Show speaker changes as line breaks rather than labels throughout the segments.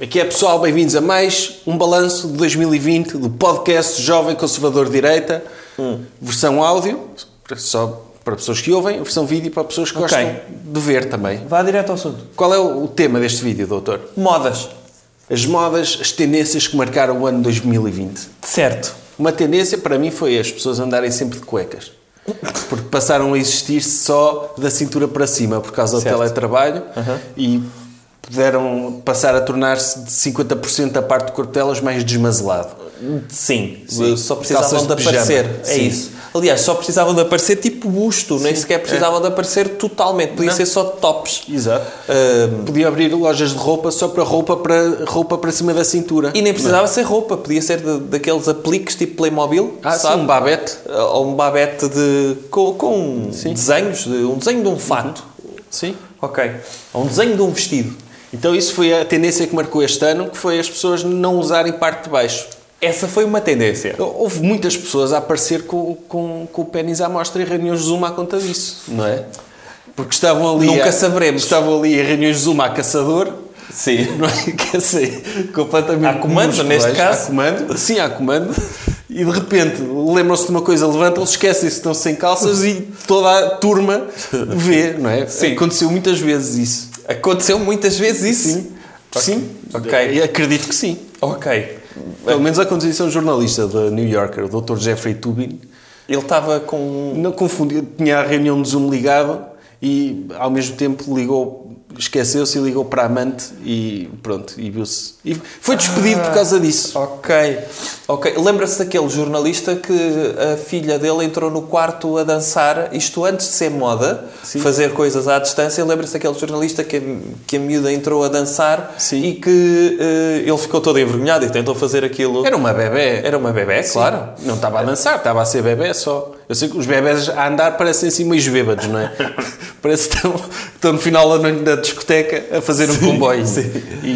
Aqui é pessoal, bem-vindos a mais um balanço de 2020 do podcast Jovem Conservador de Direita, versão áudio, só para pessoas que ouvem, versão vídeo para pessoas que
Ok.
gostam de ver também.
Vá direto ao assunto.
Qual é o o tema deste vídeo, doutor?
Modas.
As modas, as tendências que marcaram o ano 2020.
Certo.
Uma tendência para mim foi as pessoas andarem sempre de cuecas. Porque passaram a existir só da cintura para cima por causa do
Certo.
teletrabalho e puderam passar a tornar-se de 50% da parte do corpo delas mais desmazelado.
Sim.
Sim.
Só precisavam
Calças
de
de pijama.
aparecer. É
Sim.
isso. Aliás, só precisavam de aparecer tipo busto, nem sequer precisavam de aparecer totalmente. Podia
É. Não.
ser só tops.
Exato. Podia abrir lojas de roupa só para roupa para, roupa para cima da cintura. é?
E nem precisava ser roupa, podia ser de- daqueles apliques tipo Playmobil,
Ah, sim,
sabe?
um babete.
Ou um babete de, com, com desenhos, de, um desenho de um fato.
Uhum. Sim.
Ok. Ou um desenho de um vestido.
Então isso foi a tendência que marcou este ano, que foi as pessoas não usarem parte de baixo.
Essa foi uma tendência.
Houve muitas pessoas a aparecer com, com, com o pênis à mostra em reuniões de Zoom à conta disso, não é? Porque estavam ali...
Nunca
a-
saberemos.
Estavam ali em reuniões de Zoom a caçador,
Sim.
não é? Quer dizer, completamente...
À comando,
musculares,
neste caso.
À comando, sim, à comando. E de repente lembram-se de uma coisa, levantam-se, esquecem-se, estão sem calças e toda a turma vê, não é?
Sim.
Aconteceu muitas vezes isso.
Aconteceu muitas vezes isso.
Sim. Sim.
Ok.
E Acredito que sim.
Ok.
Pelo menos a condição jornalista da New Yorker, o Dr. Jeffrey Tubin,
Ele estava com
não confundiu, tinha a reunião de Zoom ligado e ao mesmo tempo ligou, esqueceu-se e ligou para a amante e pronto, e viu-se. E foi despedido por causa disso.
Ok, ok. Lembra-se daquele jornalista que a filha dele entrou no quarto a dançar, isto antes de ser moda,
Sim.
fazer coisas à distância. Lembra-se daquele jornalista que a, que a miúda entrou a dançar
Sim.
e que eh, ele ficou todo envergonhado e tentou fazer aquilo.
Era uma bebê.
Era uma bebé, claro.
Não estava a dançar, estava a ser bebê só. Eu sei que os bebés a andar parecem assim meio bêbados, não é? Parece que estão, estão no final da noite da discoteca a fazer um comboio. E,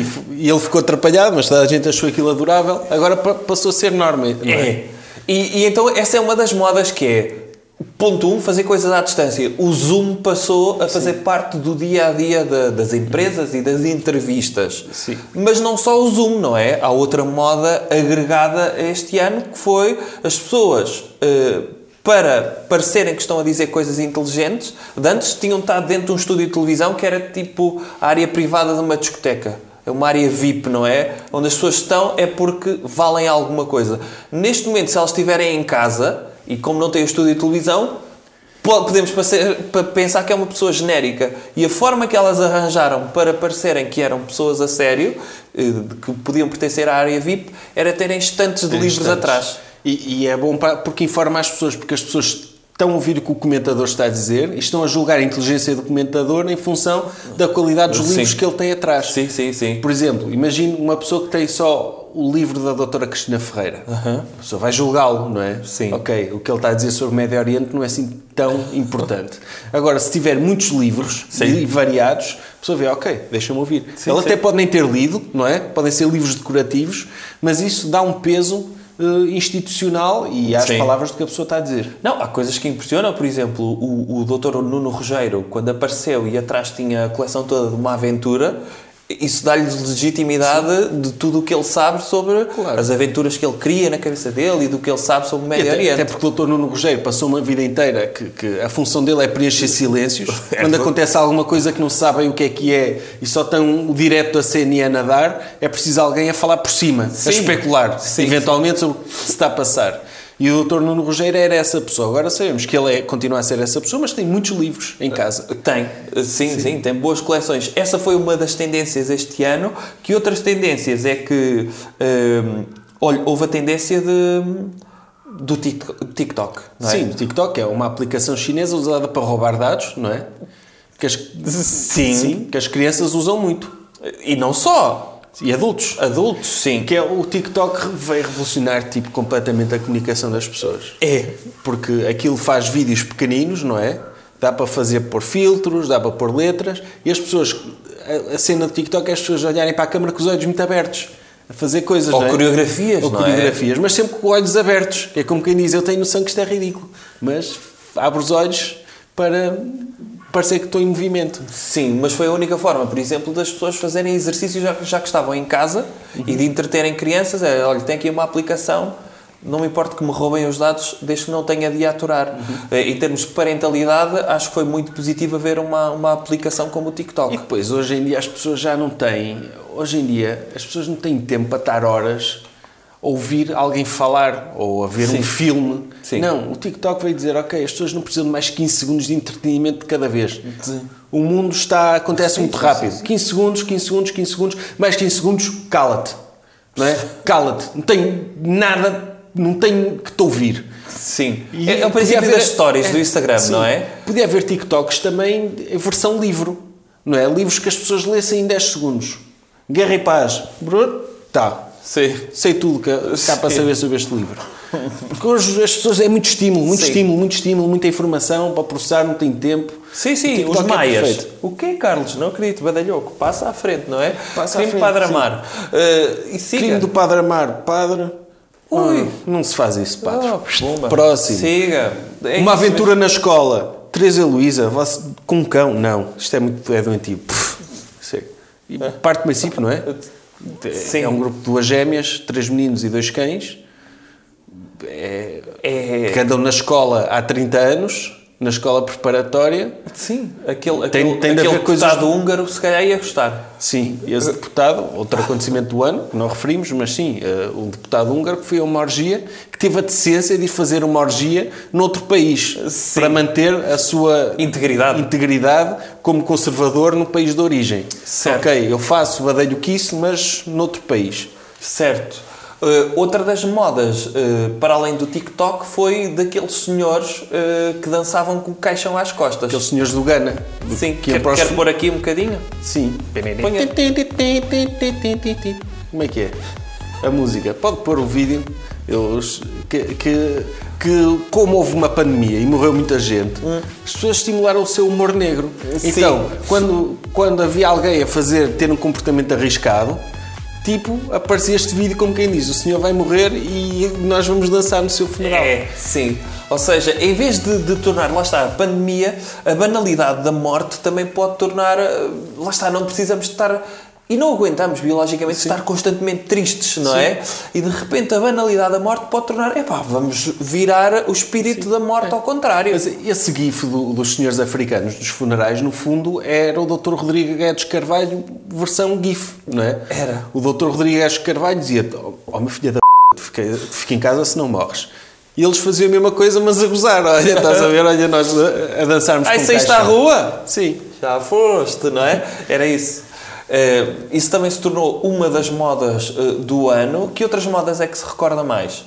f- e ele ficou atrapalhado, mas toda a gente achou aquilo adorável. Agora pa- passou a ser norma. não é?
É. E, e então essa é uma das modas que é. Ponto 1, um, fazer coisas à distância. O Zoom passou a fazer parte do dia a dia das empresas e das entrevistas.
Sim.
Mas não só o Zoom, não é? Há outra moda agregada a este ano que foi as pessoas, eh, para parecerem que estão a dizer coisas inteligentes, de antes tinham estado dentro de um estúdio de televisão que era tipo a área privada de uma discoteca. É uma área VIP, não é? Onde as pessoas estão é porque valem alguma coisa. Neste momento, se elas estiverem em casa e como não têm o estúdio de televisão, Po- Podemos parecer- pa- pensar que é uma pessoa genérica. E a forma que elas arranjaram para parecerem que eram pessoas a sério, eh, de que podiam pertencer à área VIP, era terem estantes de livros
Instantes.
atrás.
E, e é bom para, porque informa as pessoas, porque as pessoas estão a ouvir o que o comentador está a dizer e estão a julgar a inteligência do comentador em função da qualidade dos
Sim.
livros que ele tem atrás.
Sim, sim, sim.
Por exemplo, imagine uma pessoa que tem só o livro da doutora Cristina Ferreira. A pessoa vai julgá-lo, não é?
Sim.
Ok, o que ele está a dizer sobre o Médio Oriente não é assim tão importante. Agora, se tiver muitos livros e variados, a pessoa vê, ok, deixa-me ouvir.
Sim,
ele
sim.
até pode nem ter lido, não é? Podem ser livros decorativos, mas isso dá um peso eh, institucional e às
Sim.
palavras do que a pessoa está a dizer.
Não, há coisas que impressionam. Por exemplo, o, o Dr. Nuno Rogério, quando apareceu e atrás tinha a coleção toda de uma aventura, isso dá-lhe legitimidade de tudo o que ele sabe sobre
Claro.
as aventuras que ele cria na cabeça dele e do que ele sabe sobre o
E
Médio
Até,
Oriente.
até porque o Dr. Nuno Rogério passou uma vida inteira que, que a função dele é preencher silêncios.
É
Quando acontece alguma coisa que não sabem o que é que é e só estão o direto da CNN a dar, é preciso alguém a falar por cima, a especular,
Sim.
eventualmente, sobre o que se está a passar. E o Dr. Nuno Rogério era essa pessoa. Agora sabemos que ele é, continua a ser essa pessoa, mas tem muitos livros em casa.
Tem, sim, sim, tem boas coleções. Essa foi uma das tendências este ano. Que outras tendências é que. hum, olha, houve a tendência de, do Tik- TikTok, não é?
Sim, o TikTok é uma aplicação chinesa usada para roubar dados, não é? Que as,
Sim.
que as crianças usam muito.
E não só.
E adultos.
Adultos, sim.
Que é o TikTok veio revolucionar tipo, completamente a comunicação das pessoas.
É.
Porque aquilo faz vídeos pequeninos, não é? Dá para fazer por filtros, dá para pôr letras e as pessoas. a- A cena do TikTok é as pessoas olharem para a câmara com os olhos muito abertos, a fazer coisas.
Ou
não é?
coreografias,
Ou
não é?
coreografias, mas sempre com olhos abertos. É como quem diz: Eu tenho noção que isto é ridículo, mas abre os olhos para parecer que estou em movimento.
Sim, mas foi a única forma, por exemplo, das pessoas fazerem exercícios já, já que estavam em casa e de entreterem crianças. É, olha, tem aqui uma aplicação, não me importa que me roubem os dados, desde que não tenha de aturar. Eh, Em termos de parentalidade, acho que foi muito positivo haver uma, uma aplicação como o TikTok.
E depois, hoje em dia, as pessoas já não têm. Hoje em dia, as pessoas não têm tempo para estar horas a ouvir alguém falar ou a ver um filme.
Sim.
Não, o TikTok veio dizer: ok, as pessoas não precisam de mais 15 segundos de entretenimento de cada vez. O mundo está. acontece muito rápido. 15 segundos, 15 segundos, 15 segundos, mais 15 segundos, cala-te. Não é? Cala-te. Não tenho nada, não tenho que te ouvir.
Sim.
E
é, é o princípio
podia haver-
das stories
é,
do Instagram,
sim.
não é?
Podia haver TikToks também em versão livro, não é? Livros que as pessoas lessem em 10 segundos. Guerra e Paz. Bruno, tá.
Sim.
Sei tudo que que está para
Sim.
saber sobre este livro. Porque hoje as pessoas é muito estímulo, muito
Sim.
estímulo, muito estímulo, muita informação para processar, não tem tempo.
Sim, sim,
TikTok
os
é
maias.
perfeito.
o quê, Carlos? Não acredito, badalhoco. Passa à frente, não é?
Passa à
Crime
frente,
Padre Amaro. Eh, e siga.
Crime do Padre Amaro, Padre. Ah,
Ui.
Não, não se faz isso, Padre.
Ah, pumba.
Próximo.
Siga. É
Uma
isso
aventura na escola. Teresa Luísa, você- com um cão. Não, isto é muito é doentio. Puf, isso é- e Parte do princípio, não é?
Eh, Sim.
É um grupo de duas gêmeas, três meninos e dois cães,
É.
que andam na escola há 30 anos, na escola preparatória.
Sim, aquele,
Tem-
aquele,
tem de
aquele
haver coisas-
deputado húngaro se calhar ia gostar.
Sim, esse deputado, outro acontecimento do ano, que não referimos, mas sim, eh, um deputado húngaro que foi a uma orgia, que teve a decência de ir fazer uma orgia noutro país, para manter a sua
Integridade.
integridade como conservador no país de origem.
Certo.
Ok, eu faço badalho quisso, mas noutro país.
Certo. Eh, outra das modas, eh, para além do TikTok, foi daqueles senhores eh, que dançavam com o caixão às costas.
Aqueles senhores do Gana. do-
Sim,
iam
quer,
para os-
quer pôr aqui um bocadinho?
Sim.
Ponha.
Como é que é? A música. Pode pôr o vídeo. Eles, que, que, que como houve uma pandemia e morreu muita gente, as pessoas estimularam o seu humor negro.
Hum. Sim.
Então, quando, quando havia alguém a fazer, ter um comportamento arriscado, tipo, aparecia este vídeo como quem diz, o senhor vai morrer e nós vamos dançar no seu funeral.
É, sim. Ou seja, em vez de, de tornar, lá está, a pandemia, a banalidade da morte também pode tornar, eh, lá está, não precisamos de estar. E não aguentamos biologicamente estar constantemente tristes, não é? E de repente a banalidade da morte pode tornar, epá, vamos virar o espírito da morte ao contrário.
É. Mas esse gif do- dos senhores africanos dos funerais, no fundo, era o Dr. Rodrigo Guedes Carvalho versão gif, não é?
Era.
O Dr. Rodrigo Guedes Carvalho dizia-te, ó oh, meu filho da p***, fica, fica em casa se não morres. E eles faziam a mesma coisa, mas a gozar. Olha, estás a ver? Olha, nós a, a dançarmos
Ai,
com
saíste à
caixa.
rua?
Sim.
Já foste, não é? Era isso. Eh, isso também se tornou uma das modas eh, do ano. Que outras modas é que se recorda mais?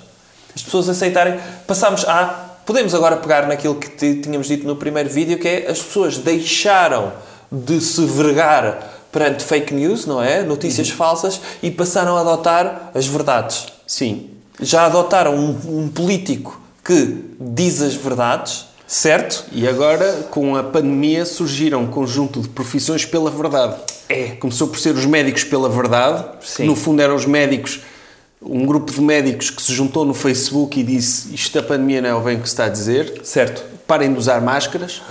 As pessoas aceitarem. Passámos a. Podemos agora pegar naquilo que ti- tínhamos dito no primeiro vídeo, que é as pessoas deixaram de se vergar perante fake news, não é? Notícias falsas e passaram a adotar as verdades.
Sim.
Já adotaram um, um político que diz as verdades, certo?
E agora, com a pandemia, surgiram um conjunto de profissões pela verdade.
É.
Começou por ser os médicos pela verdade.
Sim.
No fundo eram os médicos, um grupo de médicos que se juntou no Facebook e disse isto da pandemia não é o bem que se está a dizer.
Certo.
Parem de usar máscaras.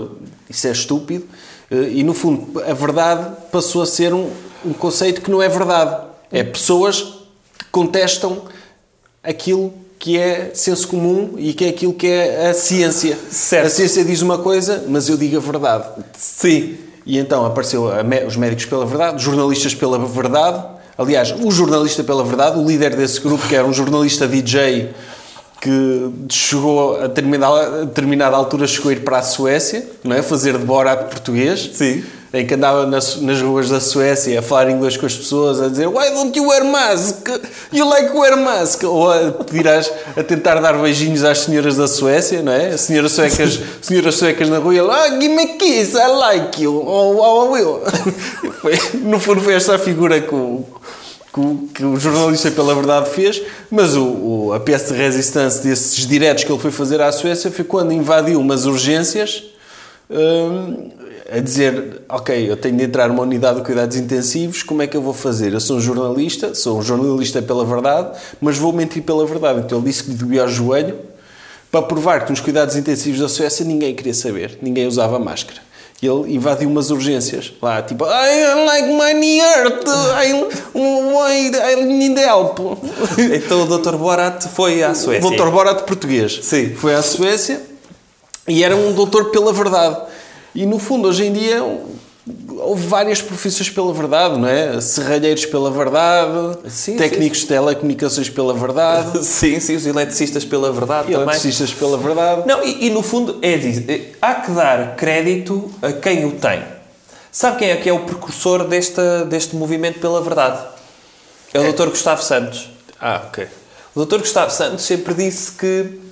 uh, isso é estúpido. Uh, e no fundo, a verdade passou a ser um, um conceito que não é verdade. É pessoas que contestam aquilo que é senso comum e que é aquilo que é a ciência.
Certo.
A ciência diz uma coisa, mas eu digo a verdade.
Sim.
E então apareceu a mé- os médicos pela verdade, os jornalistas pela verdade. Aliás, o jornalista pela verdade, o líder desse grupo, que era um jornalista DJ que chegou a determinada, a determinada altura chegou a ir para a Suécia, não é? Fazer de Borat português.
Sim.
Em que andava nas, nas ruas da Suécia a falar inglês com as pessoas, a dizer Why don't you wear mask? You like wear mask? Ou a, pedir às- a tentar dar beijinhos às senhoras da Suécia, não é? As senhoras suecas, senhoras suecas na rua, ele, oh, give me a kiss, I like you, oh, oh, oh, eu." Foi- no fundo, foi esta a figura que o, que o, que o jornalista, pela verdade, fez, mas o, o- a peça de resistência desses diretos que ele foi fazer à Suécia foi quando invadiu umas urgências hum, a dizer: Ok, eu tenho de entrar numa unidade de cuidados intensivos, como é que eu vou fazer? Eu sou um jornalista, sou um jornalista pela verdade, mas vou mentir pela verdade. Então ele disse que lhe doía ao joelho. para provar que nos cuidados intensivos da Suécia ninguém queria saber, ninguém usava máscara. E ele invadiu umas urgências lá, tipo, I like my earth, I, um, I need help.
Então o Dr. Borat foi à Suécia.
O Dr. Borat português.
Sim.
Foi à Suécia e era um doutor pela verdade. E no fundo, hoje em dia, houve várias profissões pela verdade, não é? Serralheiros pela verdade,
Sim,
técnicos de telecomunicações pela verdade,
Sim, sim, os eletricistas pela verdade também.
eletricistas pela verdade.
Não, e, e no fundo é diz- é- há que dar crédito a quem o tem. Sabe quem é que é o precursor desta, deste movimento pela verdade? É o Dr. Gustavo Santos.
Ah, ok.
O Dr. Gustavo Santos sempre disse que.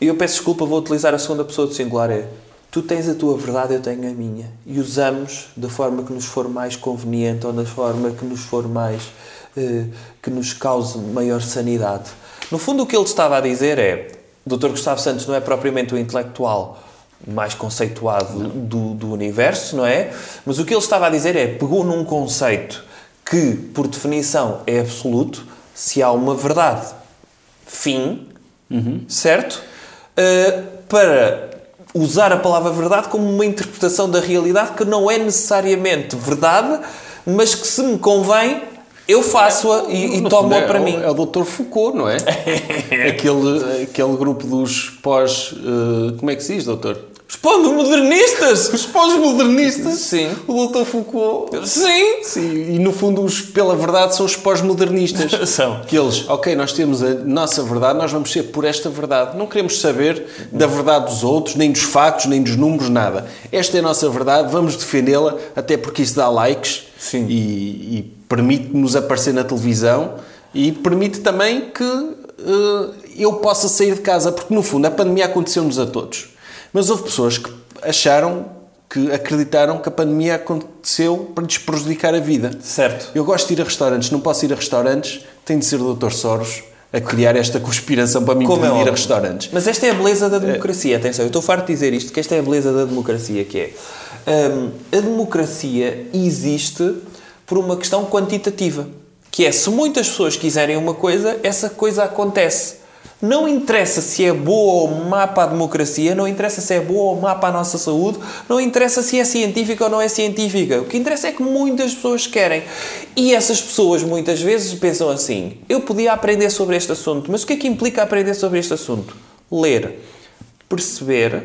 Eu peço desculpa, vou utilizar a segunda pessoa do singular. É tu tens a tua verdade, eu tenho a minha. E usamos da forma que nos for mais conveniente ou da forma que nos for mais. eh, que nos cause maior sanidade. No fundo, o que ele estava a dizer é: o Dr. Gustavo Santos não é propriamente o intelectual mais conceituado do, do universo, não é? Mas o que ele estava a dizer é: pegou num conceito que, por definição, é absoluto, se há uma verdade, fim, certo? Uh, para usar a palavra verdade como uma interpretação da realidade que não é necessariamente verdade, mas que se me convém, eu faço-a e, e
No fundo,
tomo-a
é
para
o-
mim.
É o Dr. Foucault, não é? aquele, aquele grupo dos pós. eh, como é que se diz, doutor?
Responde modernistas!
Os pós-modernistas?
Sim.
O Dr. Foucault.
Sim!
Sim, e no fundo, os, pela verdade, são os pós-modernistas.
São.
Que eles, ok, nós temos a nossa verdade, nós vamos ser por esta verdade. Não queremos saber da verdade dos outros, nem dos factos, nem dos números, nada. Esta é a nossa verdade, vamos defendê-la, até porque isso dá likes
Sim.
e, e permite-nos aparecer na televisão e permite também que eh, eu possa sair de casa, porque no fundo a pandemia aconteceu-nos a todos. Mas houve pessoas que acharam, que acreditaram que a pandemia aconteceu para lhes prejudicar a vida.
Certo.
Eu gosto de ir a restaurantes, não posso ir a restaurantes, tem de ser o Dr. Soros a criar esta conspiração para mim
Como
impedir
é
de ir a
óbvio.
restaurantes.
Mas esta é a beleza da democracia. Atenção, eu estou farto de dizer isto, que esta é a beleza da democracia, que é... hum, a democracia existe por uma questão quantitativa. Que é, se muitas pessoas quiserem uma coisa, essa coisa acontece. Não interessa se é boa ou má para a democracia, não interessa se é boa ou má para a nossa saúde, não interessa se é científica ou não é científica. O que interessa é que muitas pessoas querem. E essas pessoas muitas vezes pensam assim: eu podia aprender sobre este assunto, mas o que é que implica aprender sobre este assunto? Ler, perceber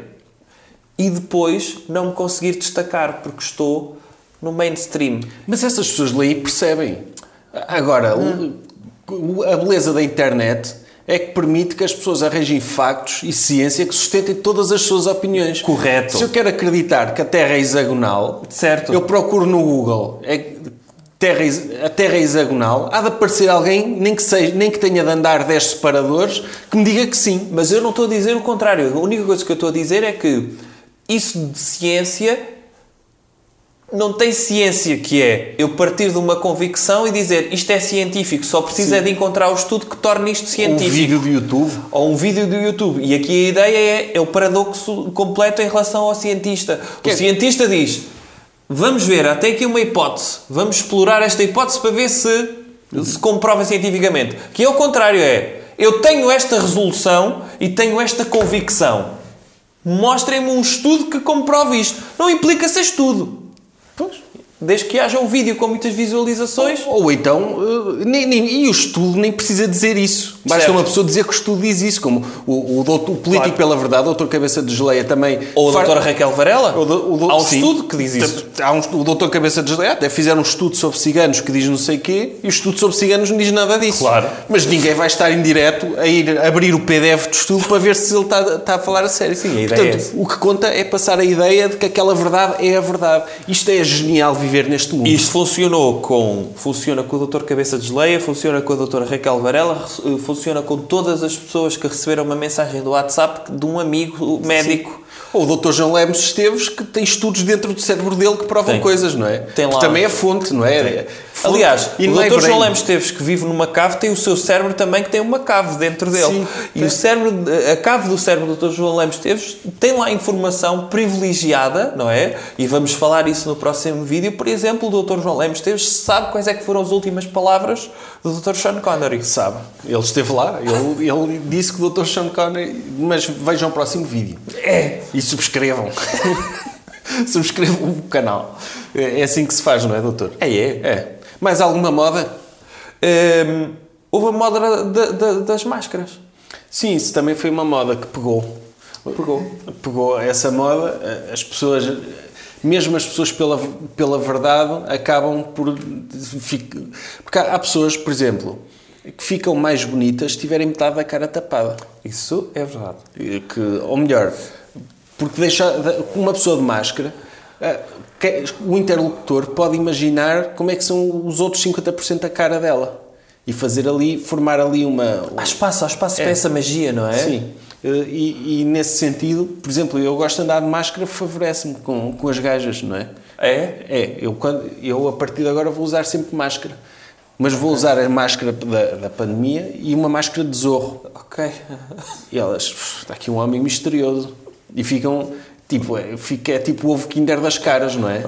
e depois não me conseguir destacar porque estou no mainstream.
Mas essas pessoas leem e percebem. Agora, o- a beleza da internet é que permite que as pessoas arranjem factos e ciência que sustentem todas as suas opiniões.
Correto.
Se eu quero acreditar que a Terra é hexagonal,
Certo.
eu procuro no Google é que terra, hex- a Terra é hexagonal, há de aparecer alguém, nem que, seja, nem que tenha de andar 10 separadores, que me diga que sim.
Mas eu não estou a dizer o contrário. A única coisa que eu estou a dizer é que isso de ciência não tem ciência que é eu partir de uma convicção e dizer isto é científico, só preciso é de encontrar o estudo que torne isto
Um
científico.
vídeo do YouTube.
Ou um vídeo do YouTube. E aqui a ideia é, é o paradoxo completo em relação ao cientista.
Que
o
é-
cientista diz: vamos ver, até aqui uma hipótese, vamos explorar esta hipótese para ver se se comprova cientificamente. Que é o contrário, é eu tenho esta resolução e tenho esta convicção. Mostrem-me um estudo que comprove isto. Não implica ser estudo. Desde que haja um vídeo com muitas visualizações.
Ou então, eh, nem, nem- e o estudo nem precisa dizer isso. Basta
Certo.
uma pessoa dizer que o estudo diz isso, como o, o, doutor- o político
Claro.
pela verdade, o doutor Cabeça de Geleia também.
Ou a
far-
doutora Raquel Varela.
o do- o do-
Há um
sim.
estudo que diz isso.
Há um, o doutor Cabeça de Geleia até fizeram um estudo sobre ciganos que diz não sei quê, e o estudo sobre ciganos não diz nada disso.
Claro.
Mas ninguém vai estar em direto a ir abrir o PDF do estudo para ver se ele está, está a falar a sério. Sim,
a ideia
Portanto,
é essa.
o que conta é passar a ideia de que aquela verdade é a verdade. Isto é genial viver neste mundo.
Isto funcionou com. Funciona com o Dr. Cabeça de Geleia, funciona com a Dra. Raquel Varela, re- eh, funciona com todas as pessoas que receberam uma mensagem do WhatsApp de um amigo médico.
Ou o Dr. João Lemos Esteves, que tem estudos dentro do cérebro dele que provam
Tem.
coisas, não é?
Tem lá- um-
Que também é fonte, não é? é? fonte.
Aliás,
E
o
não é
Dr. João
brain.
Lemos Teves, que vive numa cave, tem o seu cérebro também que tem uma cave dentro dele.
Sim.
e o cérebro, eh, a cave do cérebro do Dr. João Lemos Teves tem lá informação privilegiada, não é? E vamos falar isso no próximo vídeo. Por exemplo, o Dr. João Lemos Teves sabe quais é que foram as últimas palavras do Dr. Sean Connery.
Sabe, ele esteve lá, ele, ele disse que o Dr. Sean Connery, mas vejam o próximo vídeo.
É.
E subscrevam. subscrevam o canal. É é assim que se faz, não é, doutor?
É, é.
É. Mais alguma moda?
Hum, houve a moda da- da- das máscaras.
Sim, isso também foi uma moda que pegou. Pegou. Pegou essa moda, eh, as pessoas, eh, mesmo as pessoas pela, pela verdade, acabam por. fic- Porque há há pessoas, por exemplo, que ficam mais bonitas se tiverem metade da cara tapada.
Isso é verdade.
E eh, que, ou melhor, porque deixa da- com uma pessoa de máscara, eh, que- o interlocutor pode imaginar como é que são os outros 50% da cara dela e fazer ali, formar ali uma,
Há espaço, há espaço para essa magia, não é?
Sim. Eh, E, e nesse sentido, por exemplo, eu gosto de andar de máscara, favorece-me com, com as gajas, não é?
É?
É, eu, quando, eu a partir de agora vou usar sempre máscara. Mas vou usar a máscara da, da pandemia e uma máscara de zorro.
Ok.
E elas, "Pff, está aqui um homem misterioso. E ficam, tipo, é, fica, é tipo o ovo Kinder das caras, não é?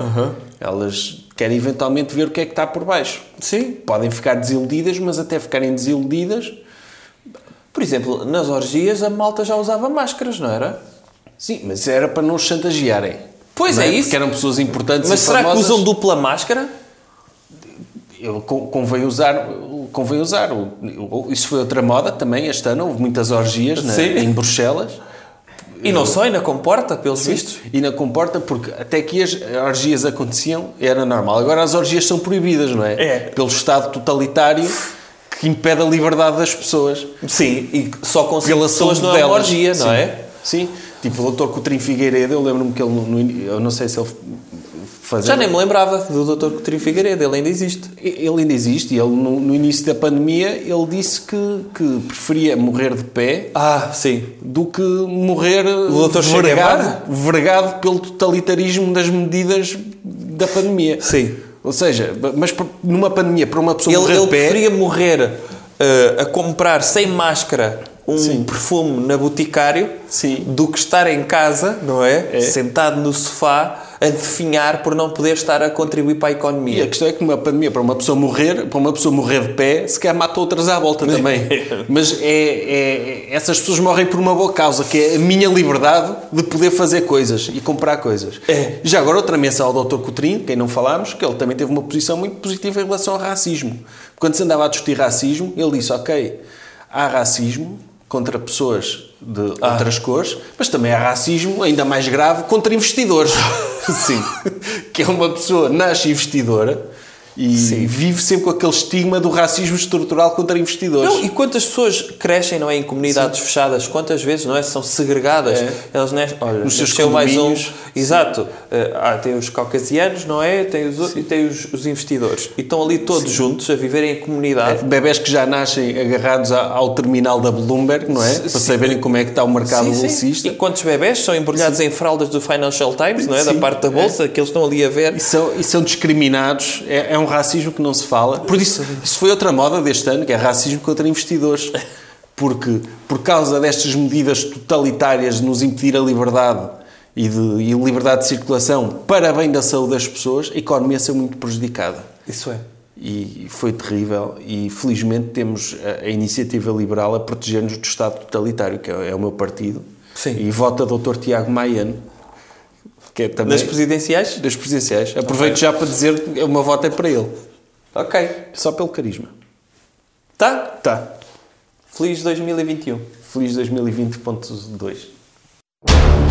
Elas querem eventualmente ver o que é que está por baixo.
Sim.
Podem ficar desiludidas, mas até ficarem desiludidas,
Por exemplo, nas orgias a malta já usava máscaras, não era?
Sim, mas era para não os chantagearem.
Pois
Não
é isso.
Porque eram pessoas importantes
Mas
e
será que
famosas.
usam dupla máscara?
Eu- con- Convém usar, convém usar. O- o- Isso foi outra moda também este ano. Houve muitas orgias na-
Sim.
em Bruxelas
E não só, e na comporta, pelos vistos?
e na Comporta, porque até que as orgias aconteciam era normal. Agora as orgias são proibidas, não é?
É.
Pelo Estado totalitário que impede a liberdade das pessoas.
Sim, e só com cinco
pela
pessoas
saúde
não é
delas.
uma orgia, não
Sim.
é?
Sim. Tipo o Dr. Coutrinho Figueiredo, eu lembro-me que ele, no- no- eu não sei se ele fazia.
Já nem me lembrava do Dr. Coutinho Figueiredo, ele ainda existe.
Ele ainda existe. Ele, no, no início da pandemia, ele disse que, que preferia morrer de pé
Ah, sim.
do que morrer
doutor Che Guevara?
vergado, vergado pelo totalitarismo das medidas da pandemia.
Sim.
Ou seja, mas por- numa pandemia, para uma pessoa
Ele,
morrer
ele
de pé...
preferia morrer eh, a comprar sem máscara um
Sim.
perfume na boticário
Sim.
do que estar em casa, não é? Sentado no sofá a definhar por não poder estar a contribuir para a
E a
economia.
questão é que numa pandemia, para uma pessoa morrer, para uma pessoa morrer de pé, se calhar mata outras à volta também. Mas é, é- é- essas pessoas morrem por uma boa causa, que é a minha liberdade de poder fazer coisas e comprar coisas.
É.
Já agora outra menção ao Dr. Coutrinho, quem não falámos, que ele também teve uma posição muito positiva em relação ao racismo. Quando se andava a discutir racismo, ele disse, ok, há racismo contra pessoas de
Ah.
outras cores, mas também há racismo, ainda mais grave, contra investidores. Sim. que é uma pessoa, nasce investidora e vive sempre com aquele estigma do racismo estrutural contra investidores.
Não, e quantas pessoas crescem, não é? Em comunidades fechadas, quantas vezes, não é? São segregadas.
É.
Elas nes... Olha,
Nos seus
nasceu mais um.
condomínios.
Exato. Eh, ah, tem os caucasianos, não é? Tem os, outros- e tem os, os investidores. E estão ali todos juntos a viverem em comunidade.
Bebés que já nascem agarrados a- ao terminal da Bloomberg, não é? Para saberem como é que está o mercado
Sim, sim.
bolsista.
E quantos bebés são embrulhados em fraldas do Financial Times, não é? Da
Sim.
parte da bolsa, que eles estão ali a ver.
E são, e são discriminados, é, é um racismo que não se fala. Por isso, isso foi outra moda deste ano, que é racismo contra investidores. Porque, por causa destas medidas totalitárias de nos impedir a liberdade e, de, e liberdade de circulação para bem da saúde das pessoas, a economia saiu muito prejudicada.
Isso é.
E foi terrível. E felizmente temos a, a iniciativa liberal a proteger-nos do Estado totalitário, que é, é o meu partido.
Sim.
E vota Dr. Tiago Maiano, que é também
Nas presidenciais?
das presidenciais. Aproveito já para dizer que o meu voto é para ele.
Ok.
Só pelo carisma.
Tá?
Tá.
Feliz 2021.
Feliz 2020.2.